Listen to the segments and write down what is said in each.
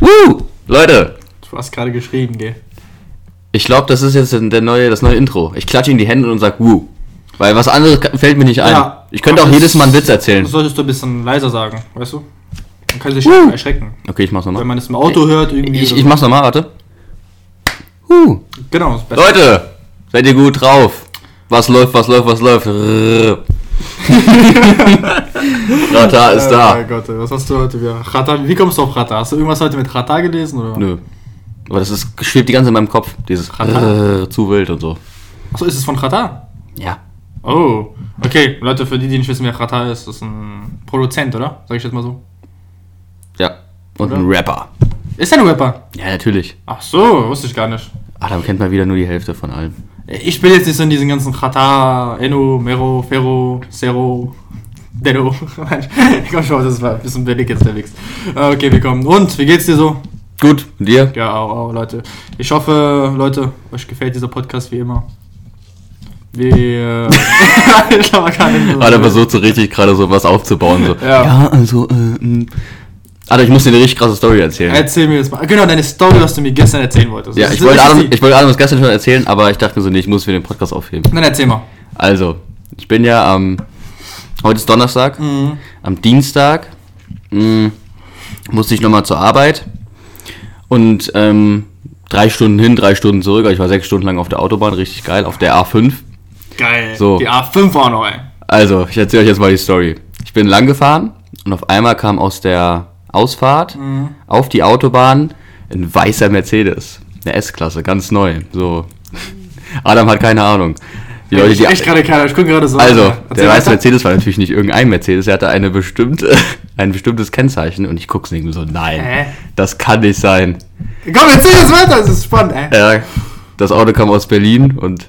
Woo! Leute, Du hast gerade geschrieben, gell? ich glaube, das ist jetzt der neue, das neue Intro. Ich klatsche in die Hände und sag Woo. Weil was anderes ka- fällt mir nicht ein. Ja. ich könnte auch Aber jedes Mal einen Witz Das erzählen. Also solltest du ein bisschen leiser sagen, weißt du? Man kann sich Woo! schon erschrecken. Okay, ich mach's Wenn nochmal. man es im Auto hört, irgendwie. Ich, so. ich mach's nochmal, warte. Woo! genau, ist besser. Leute, seid ihr gut drauf? Was läuft, was läuft, was läuft? Rrrr. Rata ist Äh, da. mein Gott, ey, was hast du heute wieder? Rata, wie kommst du auf Rata? Hast du irgendwas heute mit Rata gelesen? Oder? Nö. Aber das ist, schwebt die ganze in meinem Kopf. Dieses Rrrr, zu wild und so. Achso, ist es von Rata? Ja. Oh. Okay, Leute, für die, die nicht wissen, wer Rata ist, das ist ein Produzent, oder? Sag ich jetzt mal so. Ja. Und ein Rapper. Ist er ein Rapper? Ja, natürlich. Ach so, wusste ich gar nicht. Ah, dann kennt man wieder nur die Hälfte von allem. Ich bin jetzt nicht so in diesen ganzen Chata, Eno, Mero, Ferro, Sero, Deno. Komm schon, das war ein bisschen billig jetzt der Wix. Äh, Okay, willkommen. Und, wie geht's dir so? Gut, und dir? Ja, au, au, Leute. Ich hoffe, Leute, euch gefällt dieser Podcast wie immer. Wir... äh, ich glaube, gar nicht so. Ah, der versucht so richtig gerade so was aufzubauen. So. Ja. also, äh, mh. Alter, ich muss dir eine richtig krasse Story erzählen. Erzähl mir das mal. Genau, deine Story, was du mir gestern erzählen wolltest. ja, Das ich ist wollte, richtig- Adam, ich wollte Adam das gestern schon erzählen, aber ich dachte mir so, nee, ich muss für den Podcast aufheben. Dann erzähl mal. Also, ich bin ja am. heute ist Donnerstag. Mhm. Am Dienstag mh, musste ich nochmal zur Arbeit. Und ähm, drei Stunden hin, drei Stunden zurück. Also Ich war sechs Stunden lang auf der Autobahn, richtig geil, auf der A5. Geil. So. Die A5 auch noch, ey. Also, ich erzähle euch jetzt mal die Story. Ich bin lang gefahren und auf einmal kam aus der Ausfahrt Mhm. auf die Autobahn ein weißer Mercedes. Eine S-Klasse, ganz neu. So. Adam hat keine Ahnung. Die Leute, ich die, echt gerade keiner. Ich gucke gerade so. also, Erzähl der weiße weiter. Mercedes war natürlich nicht irgendein Mercedes, er hatte eine bestimmte, ein bestimmtes Kennzeichen und ich guck's neben so, nein, Hä? das kann nicht sein. Komm, erzähl das weiter, es ist spannend, ey. Ja, das Auto kam aus Berlin und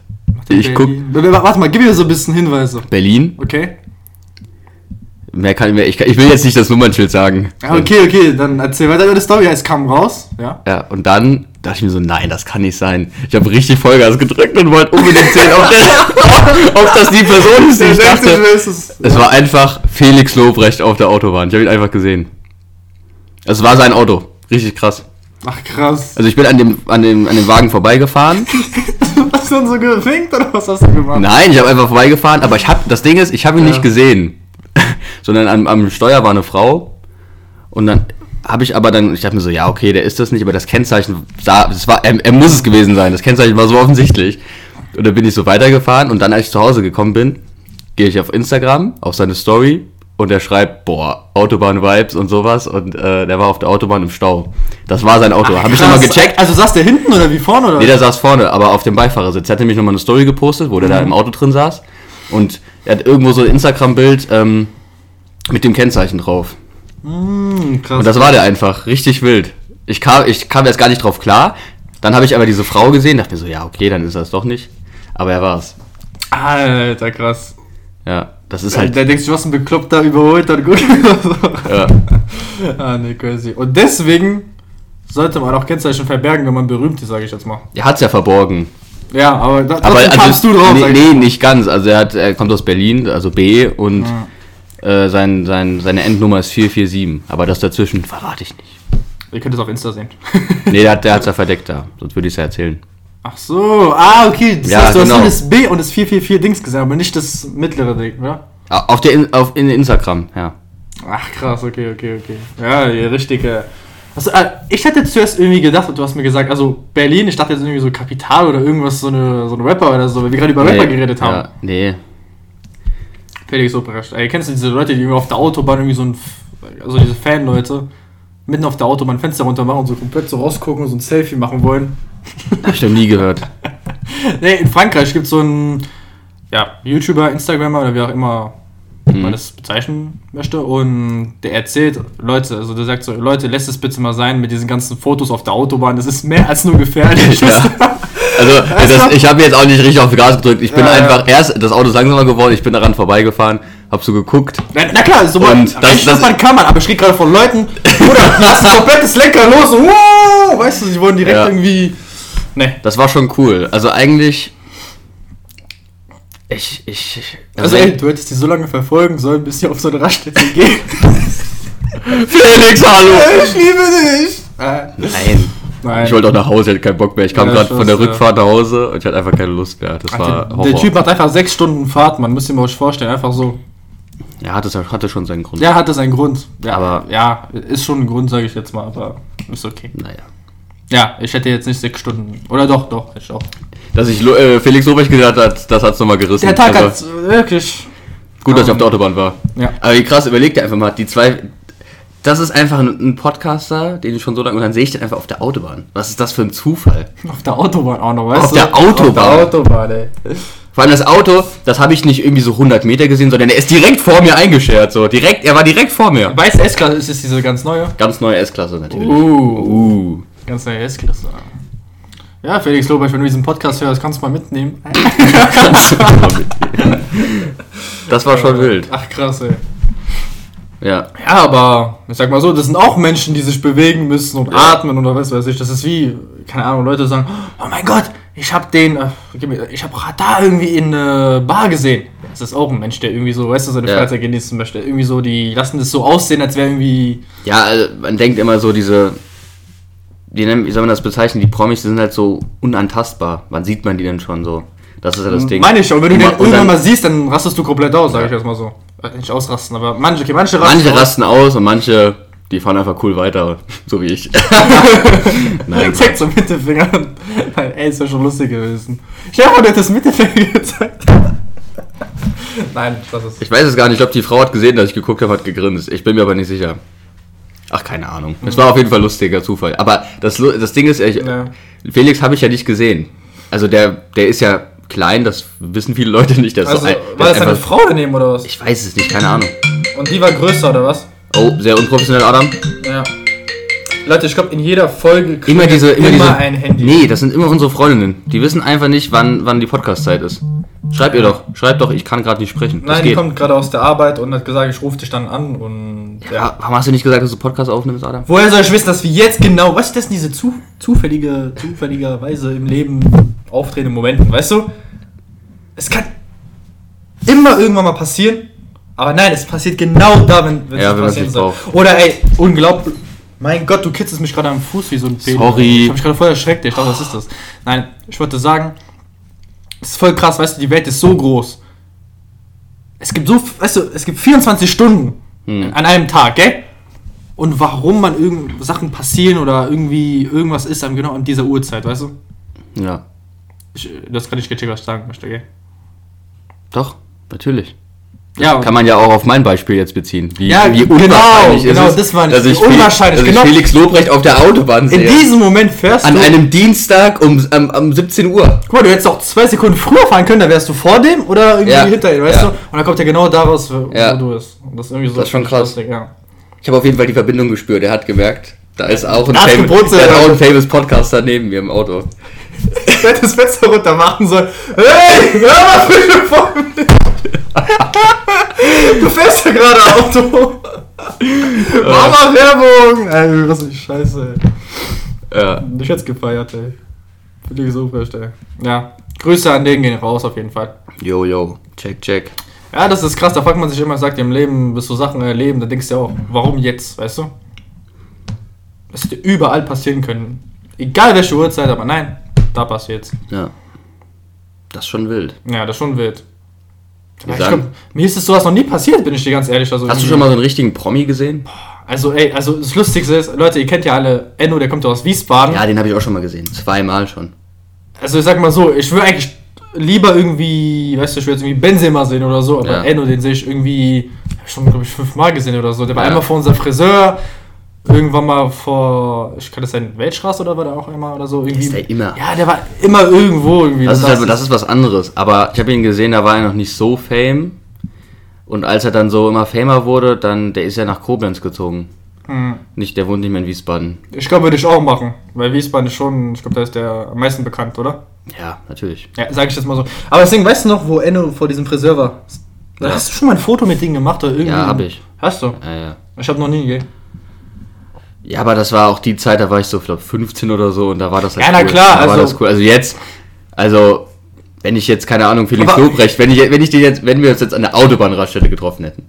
ich guck W- w- Warte mal, gib mir so ein bisschen Hinweise. Berlin. Okay? Mehr kann ich mehr, ich, kann, ich will jetzt nicht das Nummernschild sagen. Ja, Ah, okay, okay, dann erzähl weiter über die Story. Ja, Es kam raus, ja. Ja, und dann dachte ich mir so, nein, das kann nicht sein. Ich habe richtig Vollgas gedrückt und wollte unbedingt sehen, ob das, ob das die Person ist, die ich dachte. es. Es war einfach Felix Lobrecht auf der Autobahn. Ich habe ihn einfach gesehen. Also Es war sein Auto. Richtig krass. Ach, krass. Also ich bin an dem, an dem, an dem Wagen vorbeigefahren. Hast du dann so gewinkt oder was hast du gemacht? Nein, ich habe einfach vorbeigefahren, aber ich hab, das Ding ist, ich habe ihn Ja. nicht gesehen. Sondern am, am Steuer war eine Frau. Und dann habe ich aber dann, ich dachte mir so, ja, okay, der ist das nicht, aber das Kennzeichen, sah, es war, er, er muss es gewesen sein. Das Kennzeichen war so offensichtlich. Und dann bin ich so weitergefahren und dann, als ich zu Hause gekommen bin, gehe ich auf Instagram, auf seine Story und er schreibt, boah, Autobahn-Vibes und sowas. Und äh, der war auf der Autobahn im Stau. Das war sein Auto. Habe ich nochmal Krass. gecheckt. Also saß der hinten oder wie vorne oder? Nee, der saß vorne, aber auf dem Beifahrersitz. Er hat nämlich nochmal eine Story gepostet, wo der Mhm. da im Auto drin saß. Und er hat irgendwo so ein Instagram-Bild ähm, mit dem Kennzeichen drauf. Hm, krass. Und das war der einfach. Richtig wild. Ich kam, ich kam erst gar nicht drauf klar. Dann habe ich aber diese Frau gesehen, dachte mir so, ja, okay, dann ist das doch nicht. Aber er war's. Alter, krass. Ja, das ist Da, halt. äh, da denkst du, was ein Bekloppter überholt dann guck ich so. Ja. Ah, nee, crazy. Und deswegen sollte man auch Kennzeichen verbergen, wenn man berühmt ist, sage ich jetzt mal. Er hat's ja verborgen. Ja, aber da Aber trotzdem also, kamst du drauf. nee, sag ich. nee, nicht ganz. Also er, hat, er kommt aus Berlin, also B und äh, sein, sein, seine Endnummer ist 447. Aber das dazwischen verrate ich nicht. Ihr könnt es auf Insta sehen. Nee, der, hat- der hat's ja verdeckt da. Sonst würde ich's ja erzählen. Ach so, ah, okay. Das Ja, heißt, du genau. hast nur das B und das 444 Dings gesehen, aber nicht das mittlere Ding, oder? Ah, Auf der in, auf in Instagram, ja. Ach krass, okay, okay, okay. Ja, ihr richtige. Also, äh, ich hätte jetzt zuerst irgendwie gedacht, du hast mir gesagt, also Berlin, ich dachte jetzt irgendwie so Kapital oder irgendwas, so eine, so ein Rapper oder so, weil wir gerade über Rapper geredet haben. Ja, nee. Felix Obrecht. Ey, kennst du diese Leute, die irgendwie auf der Autobahn irgendwie so ein, F- also diese Fan-Leute, mitten auf der Autobahn Fenster runter machen und so komplett so rausgucken und so ein Selfie machen wollen? Hab ich noch nie gehört. Nee, in Frankreich gibt es so einen ja, YouTuber, Instagrammer oder wie auch immer Mhm. man das bezeichnen möchte. Und der erzählt, Leute, also der sagt so, Leute, lasst es bitte mal sein mit diesen ganzen Fotos auf der Autobahn. Das ist mehr als nur gefährlich. Ja. Also, Weißt das, du? ich habe jetzt auch nicht richtig auf Gas gedrückt. Ich bin Ja, ja. einfach erst, das Auto ist langsamer geworden, ich bin daran vorbeigefahren, hab so geguckt. Na, na klar, so Und das- das, das- man kann man, aber ich rede gerade von Leuten, Bruder, lass ein komplettes Lenker los und wow, weißt du, sie wollen direkt Ja. irgendwie. Ne. Das war schon cool. Also eigentlich. Ich, ich. ich- Also ey, du hättest die so lange verfolgen sollen, bis sie auf so eine Raststätte gehen. Felix, hallo! ich liebe dich! Äh, Nein. Nein. Ich wollte auch nach Hause, ich hatte keinen Bock mehr. Ich kam Ja, gerade ich weiß, von der ja. Rückfahrt nach Hause und ich hatte einfach keine Lust mehr. Das war Ach, der, Horror. der Typ macht einfach sechs Stunden Fahrt, man müsst ihr mal euch vorstellen, einfach so. Ja, hatte, hatte schon seinen Grund. Ja, hat das einen Grund. Ja, Aber- ja, ist schon ein Grund, sage ich jetzt mal, aber ist okay. Naja. Ja, ich hätte jetzt nicht sechs Stunden. Oder doch, doch, hätte ich auch. Dass ich Lo- äh, Felix Lobrecht gesagt hat, das hat's nochmal gerissen. Der Tag Also, hat's wirklich. Gut, dass ich ähm, auf der Autobahn war. Ja. Aber wie krass, überleg dir einfach mal, die zwei. Das ist einfach ein, ein Podcaster, den ich schon so lange. Und dann sehe ich den einfach auf der Autobahn. Was ist das für ein Zufall? Auf der Autobahn auch noch, weißt Auf du? der Autobahn. Auf der Autobahn, ey. Vor allem das Auto, das habe ich nicht irgendwie so 100 Meter gesehen, sondern er ist direkt vor mir eingeschert. So direkt, er war direkt vor mir. Weiße S-Klasse ist jetzt diese ganz neue. Ganz neue S-Klasse natürlich. Uh. Uh. Ganz neue S-Klasse. Ja, Felix Lobrecht, wenn du diesen Podcast hörst, kannst du mal mitnehmen. Das war schon wild. Ach, krass, ey. Ja. Ja, aber ich sag mal so, das sind auch Menschen, die sich bewegen müssen und atmen oder was weiß ich. Das ist wie, keine Ahnung, Leute sagen, oh mein Gott, ich hab den, äh, gib mir- ich hab Radar irgendwie in äh, Bar gesehen. Das ist auch ein Mensch, der irgendwie so, weißt du, seine Ja. Freizeit genießen möchte. Irgendwie so, die lassen das so aussehen, als wäre irgendwie, Ja, also man denkt immer so diese, die nennen, wie soll man das bezeichnen, die Promis, die sind halt so unantastbar. Wann sieht man die denn schon so? Das ist ja das Ding. Mhm. meine ich schon, wenn du Und den ma- und irgendwann dann- mal siehst, dann rastest du komplett aus, sag ich erstmal so. Äh, Nicht ausrasten, aber manche, okay, manche rasten. Manche aus. rasten aus und manche, die fahren einfach cool weiter, so wie ich. Nein, zeig zum Mittelfinger. Nein, ey, ist ja schon lustig gewesen. Ich habe heute das Mittelfinger gezeigt. Nein, das ist. ich weiß es gar nicht. Ich glaube, die Frau hat gesehen, dass ich geguckt habe, hat gegrinst. Ich bin mir aber nicht sicher. Ach, keine Ahnung. Es war auf jeden Fall lustiger Zufall. Aber das, Lu- das Ding ist, ich, Ja. Felix habe ich ja nicht gesehen. Also der, der ist ja klein, das wissen viele Leute nicht. Der ist Also, so ein- war der das ist eine einfach- Frau daneben oder was? Ich weiß es nicht, keine Ahnung. Und die war größer oder was? Oh, sehr unprofessionell, Adam. Ja. Leute, ich glaube, in jeder Folge kriegen Immer diese, immer, immer diese. ein Handy. Nee, das sind immer unsere Freundinnen. Die wissen einfach nicht, wann, wann die Podcast-Zeit ist. Schreib ihr doch, schreib doch, ich kann gerade nicht sprechen. Nein, die kommt gerade aus der Arbeit und hat gesagt, ich rufe dich dann an und. Ja. Ja, warum hast du nicht gesagt, dass du Podcast aufnimmst, Adam? Woher soll ich wissen, dass wir jetzt genau, was ist das denn diese zu, zufällige, zufälligerweise im Leben auftretenden Momenten, weißt du? Es kann immer irgendwann mal passieren, aber nein, es passiert genau da, wenn wenn Ja, wenn es man passieren sich soll. braucht. Oder ey, unglaublich. Mein Gott, du kitzelst mich gerade am Fuß wie so ein Baby. Sorry. Ich hab mich gerade voll erschreckt, ey. ich dachte, was ist das? Nein, ich wollte sagen, es ist voll krass, weißt du, die Welt ist so groß. Es gibt so, weißt du, es gibt 24 Stunden Hm. an einem Tag, gell? Und warum man irgend Sachen passieren oder irgendwie irgendwas ist am genau an dieser Uhrzeit, weißt du? Ja. Ich, das kann ich gecheckt, was ich sagen möchte, gell? Doch, natürlich. Ja, Kann man ja auch auf mein Beispiel jetzt beziehen. Wie, Ja, wie genau, unwahrscheinlich genau, ist es, das meine ich. dass ich, Wie unwahrscheinlich, unwahrscheinlich, dass ich genau. Felix Lobrecht auf der Autobahn in sehe. diesem Moment fährst An du. einem Dienstag um, am- am 17 Uhr. Guck mal, du hättest auch zwei Sekunden früher fahren können, da wärst du vor dem oder irgendwie Ja, hinter ihm, weißt ja. du? Und dann kommt er genau daraus, wo Ja. du bist. Und das ist irgendwie so. Das ist schon krass. lustig, ja. Ich habe auf jeden Fall die Verbindung gespürt. Er hat gemerkt, da ist auch ein, Da ist Fam- gebrutzelt. da ist auch ein famous Podcaster neben mir im Auto. Ich hätte das Fenster runter machen sollen. Hey, hör mal bitte von mir. Du fährst ja gerade Auto. Mama Werbung. Ey, was ist Scheiße, ey. Ja. Ich hätt's gefeiert, ey. Felix Obrecht, ey. Ja. Grüße an den gehen raus auf jeden Fall. Yo, yo. Check, check. Ja, das ist krass, da fragt man sich immer, sagt im Leben, bist du Sachen erleben, da denkst du ja auch, warum jetzt, weißt du? Das hätte überall passieren können. Egal welche Uhrzeit, aber nein, da passiert's. Ja. Das ist schon wild. Ja, das ist schon wild. Ja, ich sagen- glaub, mir ist es sowas noch nie passiert, bin ich dir ganz ehrlich. Also Hast du schon mal so einen richtigen Promi gesehen? Also, ey, also das Lustigste ist, Leute, ihr kennt ja alle Enno, der kommt ja aus Wiesbaden. Ja, den habe ich auch schon mal gesehen. Zweimal schon. Also ich sag mal so, ich würde eigentlich lieber irgendwie, weißt du, ich würde jetzt irgendwie Benzema sehen oder so, aber Ja. Enno, den sehe ich irgendwie hab ich schon, glaube ich, fünfmal gesehen oder so. Der war Ja. einmal vor unserem Friseur, irgendwann mal vor, ich kann das sein, Weltstraße oder war der auch einmal oder so? Irgendwie, Ist der immer. Ja, der war immer irgendwo irgendwie. Das ist, halt, das ist was anderes. Aber ich habe ihn gesehen, da war er noch nicht so fame. Und als er dann so immer famer wurde, dann, der ist ja nach Koblenz gezogen. Hm. Nicht, der wohnt nicht mehr in Wiesbaden. ich glaube, würde ich auch machen, weil Wiesbaden ist schon, ich glaube, da ist der am meisten bekannt, oder? Ja, natürlich. Ja, sag ich jetzt mal so. Aber deswegen, weißt du noch, wo Enno vor diesem Friseur war? Ja. Hast du schon mal ein Foto mit denen gemacht oder irgendwie? Ja, hab ich. Hast du? Ja, ja. Ich habe noch nie, gell? Ja, aber das war auch die Zeit, da war ich so, glaube 15 oder so und da war das halt Ja, na cool. klar, da war also- das cool. Also jetzt, also wenn ich jetzt, keine Ahnung, Felix Aber- Lobrecht, wenn ich, wenn ich den jetzt, wenn wir uns jetzt an der Autobahnraststätte getroffen hätten,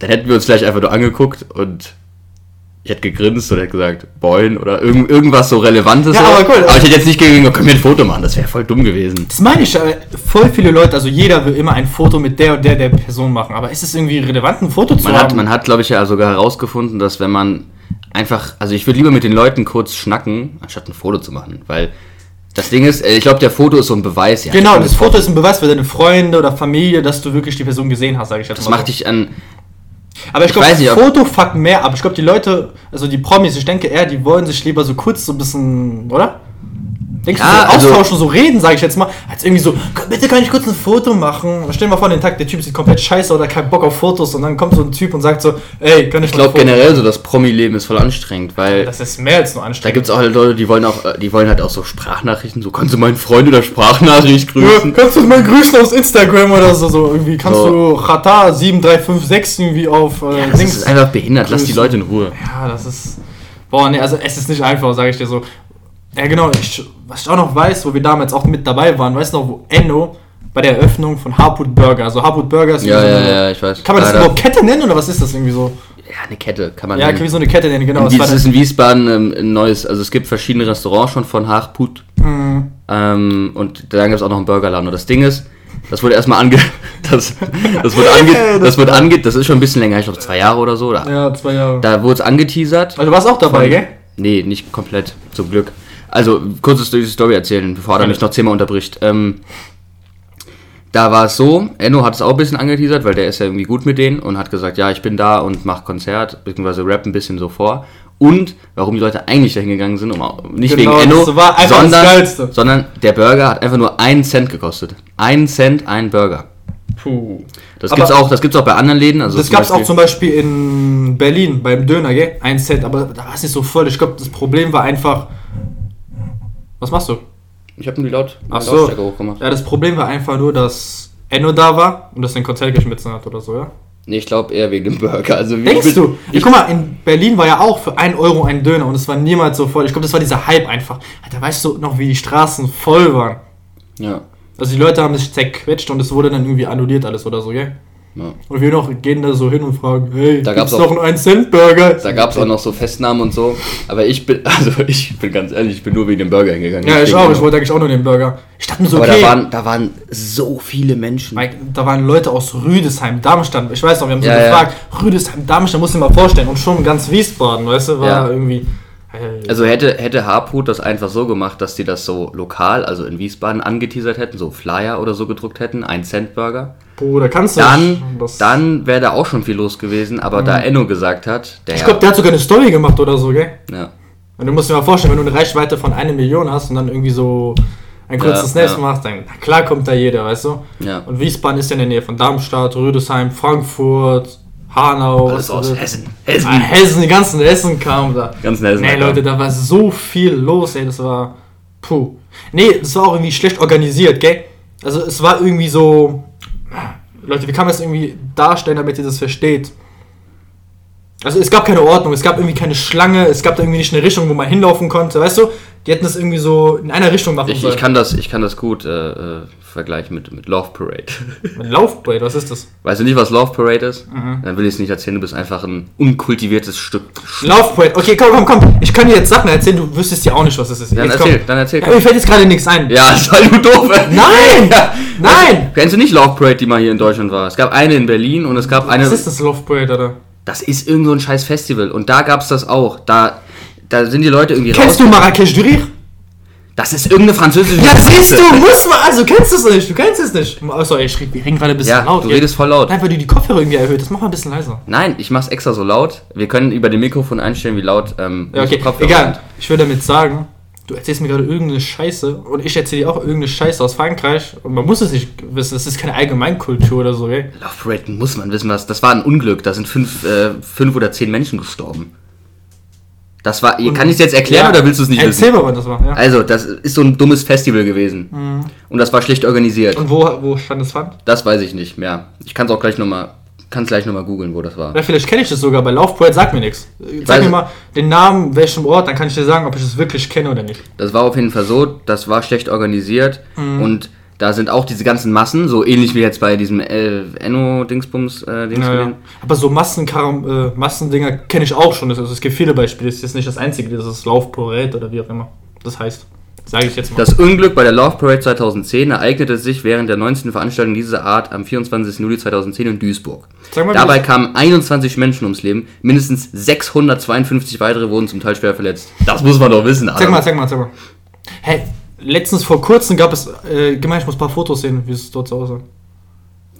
dann hätten wir uns vielleicht einfach nur angeguckt und ich hätte gegrinst oder hätte gesagt, Boin oder irgend, irgendwas so Relevantes. Ja, oder- aber cool. aber ich hätte jetzt nicht gegeben, oh, können wir ein Foto machen, das wäre voll dumm gewesen. Das meine ich, äh, voll viele Leute, also jeder will immer ein Foto mit der und der der Person machen, aber ist es irgendwie relevant, ein Foto zu Man haben? hat, man hat, glaube ich, ja sogar herausgefunden, dass wenn man einfach, also ich würde lieber mit den Leuten kurz schnacken, anstatt ein Foto zu machen, weil das Ding ist, äh, ich glaube, der Foto ist so ein Beweis. Ja, genau, das Foto ist ein Beweis für deine Freunde oder Familie, dass du wirklich die Person gesehen hast, sage ich jetzt Das mal. macht dich an, aber ich ich weiß nicht, glaube, ob- Foto fuckt mehr ab. Ich glaube, die Leute, also die Promis, ich denke eher, die wollen sich lieber so kurz so ein bisschen, oder? Denkst Ja, du, so also- austauschen, so reden, sage ich jetzt mal, als irgendwie so, bitte kann ich kurz ein Foto machen? Stell dir mal vor, den Tag, der Typ sieht komplett scheiße oder kein Bock auf Fotos und dann kommt so ein Typ und sagt so, ey, kann ich ich mal glaube ein Foto? generell so, das Promi-Leben ist voll anstrengend, weil Das ist mehr als nur Da anstrengend. gibt es auch halt Leute, die wollen auch, äh, die wollen halt auch so Sprachnachrichten, so kannst du meinen Freund oder Sprachnachricht grüßen. Kannst du mal grüßen aus Instagram oder so, so irgendwie kannst So. du Rata 7356 irgendwie auf äh, Das Dings. ist einfach behindert, lass die Grüßen. Leute in Ruhe. ja, das ist. Boah, nee, also es ist nicht einfach, sage ich dir so. Ja, genau, ich, was ich auch noch weiß, wo wir damals auch mit dabei waren, weißt du noch, wo Enno bei der Eröffnung von Harput Burger, also Harput Burger ist wie Ja, so ja, eine, ja, ich weiß. Kann man das Leider- überhaupt Kette nennen oder was ist das irgendwie so? Ja, eine Kette kann man Ja, nennen. wie so eine Kette nennen, genau. Und das war dieses ist in Wiesbaden ähm, ein neues, also es gibt verschiedene Restaurants schon von Harput. Mhm. Ähm, und dann gibt es auch noch einen Burgerladen. Und das Ding ist, das wurde erstmal ange... Das, das wurde Ja, ange... das Das wurde ange... Das ist schon ein bisschen länger, ich glaube zwei Jahre oder so. Oder? dann- ja, zwei Jahre. Da wurde es angeteasert. also du warst auch dabei, Von- gell? Nee, nicht komplett, zum Glück. Also, kurzes die Story erzählen, bevor er mich noch zehnmal unterbricht. Ähm, da war es so, Enno hat es auch ein bisschen angeteasert, weil der ist ja irgendwie gut mit denen und hat gesagt, ja, ich bin da und mach Konzert, beziehungsweise rap ein bisschen so vor. Und warum die Leute eigentlich dahin gegangen sind, um auch, nicht Genau, wegen Enno, das war einfach das Geilste. sondern, sondern der Burger hat einfach nur einen Cent gekostet. Einen Cent, ein Burger. Puh. Das Aber- gibt's auch, das gibt's auch bei anderen Läden. Also Das zum gab es auch Beispiel- zum Beispiel in Berlin beim Döner, gell? Ein Cent, aber da war es nicht so voll. Ich glaube, das Problem war einfach. Was machst du? Ich habe nur die Laut Ach so. Lautstärke hochgemacht. Ja, das Problem war einfach nur, dass Enno da war und dass er ein Konzert geschmissen hat oder so, ja? Nee, ich glaube eher wegen dem Burger. Also wie- Denkst ich bin- du? Ja, guck mal, in Berlin war ja auch für 1 Euro ein Döner und es war niemals so voll. Ich glaube, das war dieser Hype einfach. Da weißt du noch, wie die Straßen voll waren. Ja. Also die Leute haben sich zerquetscht und es wurde dann irgendwie annulliert alles oder so, gell? ja. Und wir noch gehen da so hin und fragen, hey, Da da gibt's gab's noch auch- einen 1-Cent-Burger? Da gab es auch noch so Festnahmen und so. Aber ich bin, also ich bin ganz ehrlich, ich bin nur wegen dem Burger hingegangen. Ja, ich Deswegen- auch. Ich wollte eigentlich auch nur den Burger. Ich dachte mir so, ne? Aber okay. da, waren, da waren so viele Menschen. Mike, da waren Leute aus Rüdesheim, Darmstadt. Ich weiß noch, wir haben so Ja, ja. gefragt. Rüdesheim, Darmstadt, musst du dir mal vorstellen. Und schon ganz Wiesbaden, weißt du, war Ja. irgendwie. Hey. Also hätte, hätte Harput das einfach so gemacht, dass die das so lokal, also in Wiesbaden, angeteasert hätten, so Flyer oder so gedruckt hätten, ein Cent Burger. Bruder, kannst du Dann, das- Mhm. dann wäre da auch schon viel los gewesen, aber da Enno gesagt hat, der Ich glaube, der hat sogar eine Story gemacht oder so, gell? ja, Und du musst dir mal vorstellen, wenn du eine Reichweite von einer Million hast und dann irgendwie so ein kurzes Ja, Netz ja. machst, dann na klar kommt da jeder, weißt du? Ja. Und Wiesbaden ist ja in der Nähe von Darmstadt, Rüdesheim, Frankfurt, Hanau. alles was aus weiß ich. Hessen. Ah, Hessen, die ganzen Hessen kamen da. Ganzen Hessen, Nee, Alter. Leute, da war so viel los, ey, das war. Puh. Nee, das war auch irgendwie schlecht organisiert, gell? Also, es war irgendwie so. Leute, wie kann man das irgendwie darstellen, damit ihr das versteht? Also, es gab keine Ordnung, es gab irgendwie keine Schlange, es gab da irgendwie nicht eine Richtung, wo man hinlaufen konnte, weißt du? Die hätten das irgendwie so in einer Richtung machen Ich, sollen. ich, kann das, ich kann das gut äh, äh, vergleichen mit, mit Love Parade. Ein Laufbrett, was ist das? Weißt du nicht, was Love Parade ist? Mhm. Dann will ich es nicht erzählen, du bist einfach ein unkultiviertes Stück. Sch- Laufbrett, okay, komm, komm, komm. Ich kann dir jetzt Sachen erzählen, du wüsstest ja auch nicht, was das ist. Dann Jetzt erzähl, komm. dann erzähl. Ja, mir fällt jetzt gerade nichts ein. Ja, ist halt nur doof. ey. Nein! Ja. Nein! Kennst du nicht Love Parade, die mal hier in Deutschland war? Es gab eine in Berlin und es gab eine. Was ist das Love Parade, Alter? Das ist irgend so ein scheiß Festival und da gab's das auch. Da, da sind die Leute irgendwie Kennst raus. du Marrakesch du Rire? Das ist irgendeine französische. Ja, siehst Scheiße. du, muss man, also kennst du es nicht, du kennst es nicht. Achso, ich schrieb, wir reden gerade ein bisschen Ja, laut. du gell? redest voll laut. Nein, weil du die Kopfhörer irgendwie erhöht, das mach mal ein bisschen leiser. Nein, ich mach's extra so laut. Wir können über dem Mikrofon einstellen, wie laut. Ähm, Ja, unsere okay, Kopfhörer egal. sind. Ich will damit sagen, du erzählst mir gerade irgendeine Scheiße und ich erzähle dir auch irgendeine Scheiße aus Frankreich und man muss es nicht wissen, das ist keine Allgemeinkultur oder so, gell? Love Parade muss man wissen, was. Das war ein Unglück. Da sind fünf, äh, fünf oder zehn Menschen gestorben. Das war. Kann ich jetzt erklären Ja. oder willst du es nicht wissen? Erzähl mal, wann das war, ja. Also, das ist so ein dummes Festival gewesen. Und das war schlecht organisiert. Mhm. Und wo, wo stand das fand? Das weiß ich nicht mehr. Ich kann es auch gleich nochmal kann's gleich noch mal googeln, wo das war. Ja, vielleicht kenne ich das sogar, bei Laufprojekt sag mir nichts. Sag weiß- mir mal den Namen, welchem Ort, dann kann ich dir sagen, ob ich das wirklich kenne oder nicht. Mhm. Das war auf jeden Fall so, das war schlecht organisiert und Da sind auch diese ganzen Massen, so ähnlich wie jetzt bei diesem äh, Enno-Dingsbums. Äh, Dings Ja, ja. gewesen. Aber so Massenkarren, äh, Massendinger kenne ich auch schon. Also es gibt viele Beispiele. Das ist jetzt nicht das einzige, das ist Laufporät oder wie auch immer. Das heißt, sage ich jetzt mal. Das Unglück bei der Love Parade 2010 ereignete sich während der 19. Veranstaltung dieser Art am 24. Juli 2010 in Duisburg. Sag mal, Dabei kamen 21 Menschen ums Leben, mindestens 652 weitere wurden zum Teil schwer verletzt. Das muss man doch wissen, Alter. Zeig mal, zeig mal, zeig mal. Hey, letztens vor kurzem gab es, äh, gemein, ich muss ein paar Fotos sehen, wie es dort so aussah.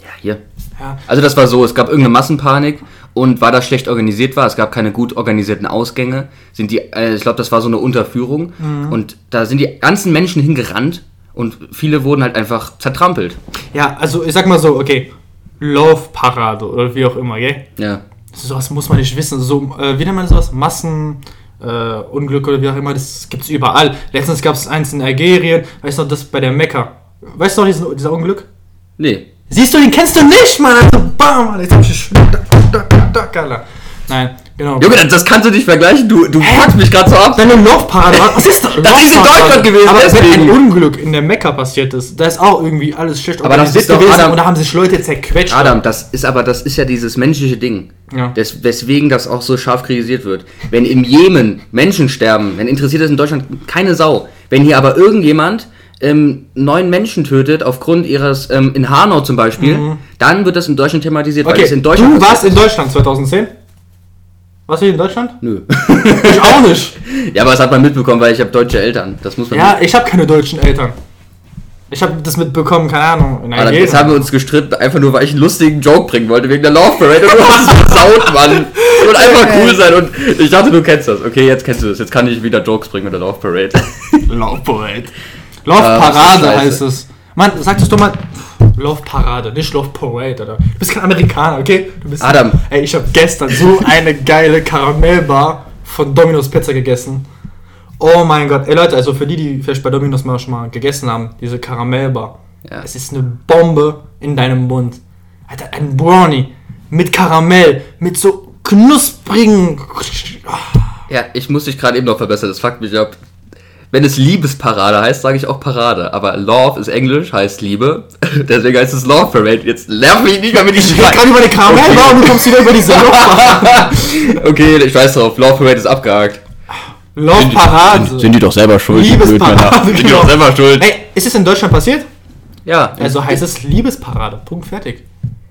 Ja, hier. Ja. Also das war so, es gab irgendeine Massenpanik und weil das schlecht organisiert war, es gab keine gut organisierten Ausgänge, sind die, äh, ich glaube, das war so eine Unterführung Mhm. und da sind die ganzen Menschen hingerannt und viele wurden halt einfach zertrampelt. ja, also ich sag mal so, okay, Laufparade oder wie auch immer, gell? Ja. Sowas muss man nicht wissen. So, äh, wie nennt man sowas? Massen. Äh, Unglück oder wie auch immer, das gibt's überall. Letztens gab es eins in Algerien, weißt du, noch, das bei der Mekka. Weißt du noch, diesen, dieser Unglück? Nee. Siehst du, den kennst du nicht, Mann! Also, bam, Alter, jetzt hab ich geschnitten. Da, da, da, da, Alter. Nein, genau. Junge, das, das kannst du nicht vergleichen, du, du packst mich gerade so ab. Wenn eine Laufparade war, was ist das? Das ist in Laufparade. Deutschland gewesen, aber wenn deswegen. ein Unglück in der Mekka passiert ist, da ist auch irgendwie alles schlecht Aber das organisiert ist doch Adam- und da haben sich Leute zerquetscht. Adam, das ist aber, das ist ja dieses menschliche Ding. Ja. Des, weswegen das auch so scharf kritisiert wird. Wenn im Jemen Menschen sterben, dann interessiert das in Deutschland keine Sau. Wenn hier aber irgendjemand ähm, neun Menschen tötet, aufgrund ihres, ähm, in Hanau zum Beispiel, dann wird das in Deutschland thematisiert, Mhm. Okay, es in Deutschland. du warst in Deutschland 2010? Warst du hier in Deutschland? Nö. Ich auch nicht. ja, aber das hat man mitbekommen, weil ich habe deutsche Eltern. Das muss man Ja, ich habe keine deutschen Eltern. Ich habe das mitbekommen, keine Ahnung. In Aber Algerien. Ah, jetzt haben wir uns gestritten, einfach nur, weil ich einen lustigen Joke bringen wollte wegen der Love Parade und du hast es versaut, Mann. Und einfach cool sein und ich dachte, du kennst das. Okay, jetzt kennst du das. Jetzt kann ich wieder Jokes bringen mit der Love Parade. Laufparade. Ah, Laufparade scheiße. heißt es. Mann, sag das doch mal. Laufparade, nicht Laufparade, oder? Du bist kein Amerikaner, okay? Du bist Adam. Ey, ich habe gestern so eine geile Karamellbar von Domino's Pizza gegessen. Oh mein Gott. Ey Leute, also für die, die vielleicht bei Domino's mal schon mal gegessen haben, diese Karamellbar. Ja. Es ist eine Bombe in deinem Mund. Alter, ein Brownie mit Karamell, mit so knusprigen... ja, ich muss dich gerade eben noch verbessern. Das fuckt mich ab. Wenn es Liebesparade heißt, sage ich auch Parade. Aber Love ist Englisch, heißt Liebe. Deswegen heißt es Love Parade. Jetzt nerv mich nicht mehr mit Ich rede gerade über eine Karamellbar und du kommst wieder über diese Laufparade. Okay, ich weiß drauf. Love Parade ist abgehakt. Laufparade. die doch selber schuld. die blöden Liebesparade, Männer. Sind die genau. doch selber schuld. Ey, ist es in Deutschland passiert? Ja. Also heißt es Liebesparade. Punkt fertig.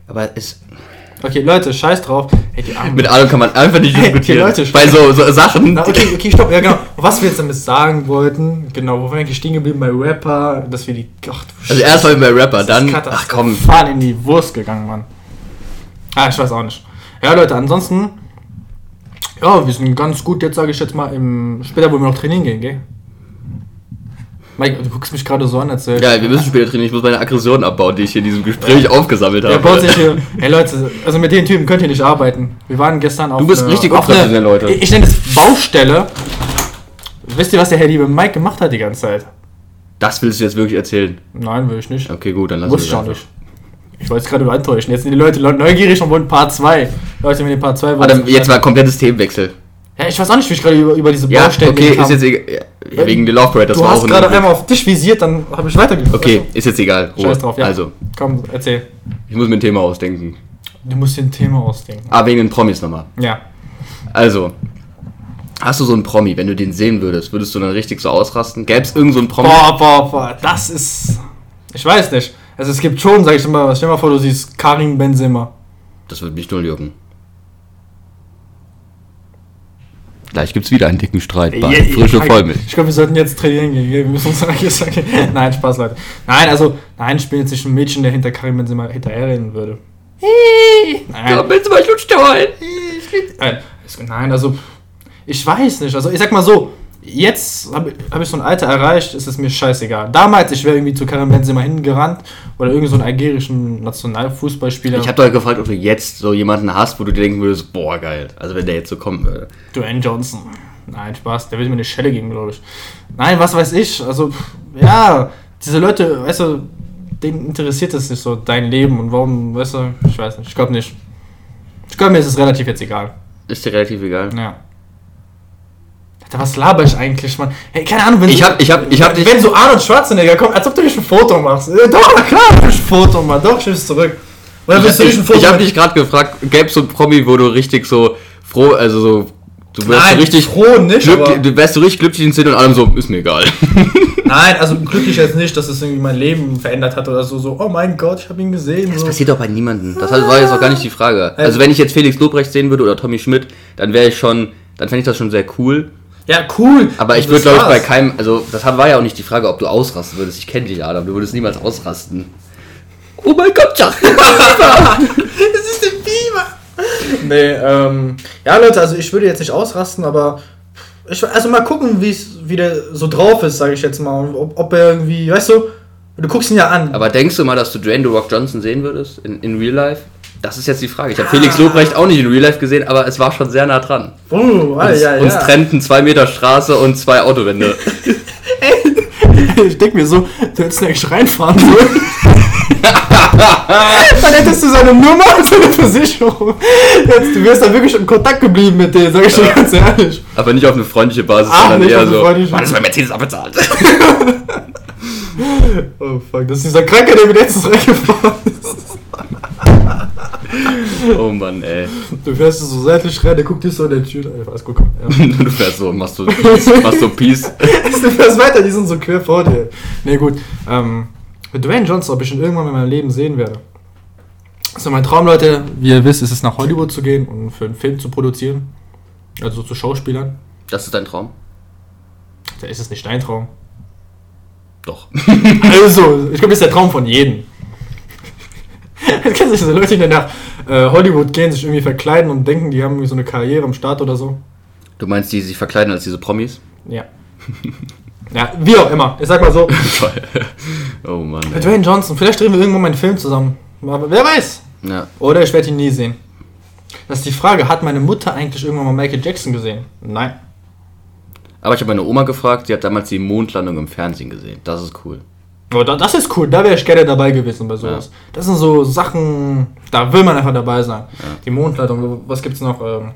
aber es, Okay, Leute, scheiß drauf. Ey, die Armen. Mit Adam kann man einfach nicht Hey, die diskutieren. Leute bei so, so Sachen. Na, okay, okay, stopp. Ja, genau. Was wir jetzt damit sagen wollten, genau, wo waren wir eigentlich stehen geblieben bei Rapper, dass wir die. Ach, du Also erstmal bei Rapper, dann. Ach komm. Fahren in die Wurst gegangen, Mann. Ah, ich weiß auch nicht. Ja, Leute, ansonsten. Ja, wir sind ganz gut jetzt, sage ich jetzt mal, im. Später wollen wir noch trainieren gehen, gell? Mike, du guckst mich gerade so an, als äh, Ja, wir müssen später trainieren. Ich muss meine Aggression abbauen, die ich hier in diesem Gespräch aufgesammelt habe. Der baut sich hier. Hey Leute, also mit den Typen könnt ihr nicht arbeiten. Wir waren gestern auf. Du bist einer- richtig auf unprofessionell, einer- Leute. Ich, ich nenne das Baustelle. Wisst ihr, was der Herr liebe Mike gemacht hat die ganze Zeit? Das willst du jetzt wirklich erzählen. Nein, will ich nicht. Okay, gut, dann lass Wusste ich auch uns. nicht. Ich wollte es gerade nur enttäuschen. Jetzt sind die Leute le- neugierig und wollen Part 2. Leute, wenn ihr Part 2 wollt. Adam, jetzt mal komplettes Themenwechsel. ja, ich weiß auch nicht, wie ich gerade über, über diese Ja, Baustelle okay, ist kam. jetzt egal. Ja, wegen der Love Parade, das Du war hast auch ein gerade Unglück. einmal auf dich visiert, dann habe ich weitergegeben. Also, Okay, ist jetzt egal. Ruhe. Scheiß drauf, ja. Also, Komm, erzähl. ich muss mir ein Thema ausdenken. Du musst dir ein Thema ausdenken. Ah, wegen den Promis nochmal. Ja. Also, hast du so einen Promi, wenn du den sehen würdest, würdest du dann richtig so ausrasten? Gäb's irgend so einen Promi? Boah, boah, boah, das ist. Ich weiß nicht. Also es gibt schon, sag ich mal, stell dir mal vor, du siehst Karim Benzema. Das wird mich null jucken. Gleich gibt's wieder einen dicken Streit bei Yeah, frische ich- Vollmilch. Ich glaube, wir sollten jetzt trainieren gehen. Wir müssen uns eigentlich jetzt sagen. Nein, Spaß, Leute. Nein, also, nein, ich bin jetzt nicht ein Mädchen, der hinter Karim Benzema hinterherrennen würde. Nein, willst du mal schon steuern? nein, Es- nein, Äh, also, ich weiß nicht. Also, ich sag mal so, jetzt habe hab ich so ein Alter erreicht, ist es mir scheißegal. Damals, ich wäre irgendwie zu Karim Benzema hingerannt oder irgend so einen algerischen Nationalfußballspieler. Ich habe doch gefragt, ob du jetzt so jemanden hast, wo du dir denken würdest, boah geil. Also wenn der jetzt so kommen würde. Dwayne Johnson. Nein, Spaß, der will mir eine Schelle geben, glaube ich. Nein, was weiß ich. Also, pff, ja, diese Leute, weißt du, denen interessiert es nicht so, dein Leben und warum, weißt du, ich weiß nicht, ich glaube nicht. Ich glaube, mir ist es relativ jetzt egal. Ist dir relativ egal. Ja. Alter, was laber ich eigentlich, Mann? Hey, keine Ahnung, wenn Ich so- hab, ich hab, ich hab dich. wenn so Arnold Schwarzenegger kommt, als ob du nicht ein Foto machst. Äh, Doch, na klar, hab ich ein Foto, Mann. Doch, schieb's zurück. Oder willst Ich, du nicht ein ich, Foto ich hab machen? dich gerade gefragt, gäb's so ein Promi, wo du richtig so froh, also so, du wärst Nein, so richtig froh nicht, glücklich, aber- du wärst so richtig glücklich in Szene und allem so, ist mir egal. Nein, also glücklich jetzt nicht, dass es irgendwie mein Leben verändert hat oder so. So, oh mein Gott, ich habe ihn gesehen. So. Äh. passiert doch bei niemandem. Das war jetzt auch gar nicht die Frage. Also wenn ich jetzt Felix Lobrecht sehen würde oder Tommy Schmidt, dann wäre ich schon, dann fände ich das schon sehr cool. Ja, cool. Aber ich Das würde, glaube ich, war's. bei keinem, also das war ja auch nicht die Frage, ob du ausrasten würdest. Ich kenne dich, Adam, du würdest niemals ausrasten. Oh mein Gott, ja. Das ist der Biber. Nee, ähm, ja, Leute, also ich würde jetzt nicht ausrasten, aber ich, also mal gucken, wie es wieder so drauf ist, sage ich jetzt mal. Und Ob, ob er irgendwie, weißt du, du guckst ihn ja an. Aber denkst du mal, dass du Dwayne The Rock Johnson sehen würdest in, in Real Life? Das ist jetzt die Frage. Ich habe Felix Lobrecht auch nicht in Real Life gesehen, aber es war schon sehr nah dran. Oh, ah, Uns, ja, ja. uns trennten zwei Meter Straße und zwei Autowände. Ich denke mir so, du hättest eigentlich reinfahren sollen. dann hättest du seine Nummer und seine Versicherung. Jetzt, du wärst dann wirklich in Kontakt geblieben mit denen, sag ich dir ganz ehrlich. aber nicht auf eine freundliche Basis, Ah, sondern nicht eher auf eine so. freundliche- Mann, das ist mein Mercedes abbezahlt. Oh fuck, das ist dieser Kranke, der mir letztens reingefahren ist. oh Mann, ey. Du fährst so seitlich rein, der guckt dich so in der Tür. Ey, was, guck, ja. Du fährst so und machst so Peace, machst so Peace. Du fährst weiter, die sind so quer vor dir. Ne, gut. Ähm, mit Dwayne Johnson, ob ich ihn irgendwann in meinem Leben sehen werde. Also mein Traum, Leute, wie ihr wisst, ist es nach Hollywood zu gehen und für einen Film zu produzieren. Also zu Schauspielern. Das ist dein Traum? Da ist es nicht dein Traum. Doch. Also, ich glaube, das ist der Traum von jedem. Jetzt kannst du so Leute, die nach äh, Hollywood gehen, sich irgendwie verkleiden und denken, die haben irgendwie so eine Karriere im Staat oder so. Du meinst, die sich verkleiden als diese Promis? Ja. ja, wie auch immer. Ich sag mal so, oh Mann, mit ey. Dwayne Johnson, vielleicht drehen wir irgendwann mal einen Film zusammen. Aber wer weiß. Ja. Oder ich werde ihn nie sehen. Das ist die Frage, hat meine Mutter eigentlich irgendwann mal Michael Jackson gesehen? Nein. Aber ich habe meine Oma gefragt, sie hat damals die Mondlandung im Fernsehen gesehen. Das ist cool. Aber da- das ist cool, da wäre ich gerne dabei gewesen bei sowas. Das sind so Sachen, da will man einfach dabei sein. Die Mondlandung, was gibt's noch? Ähm,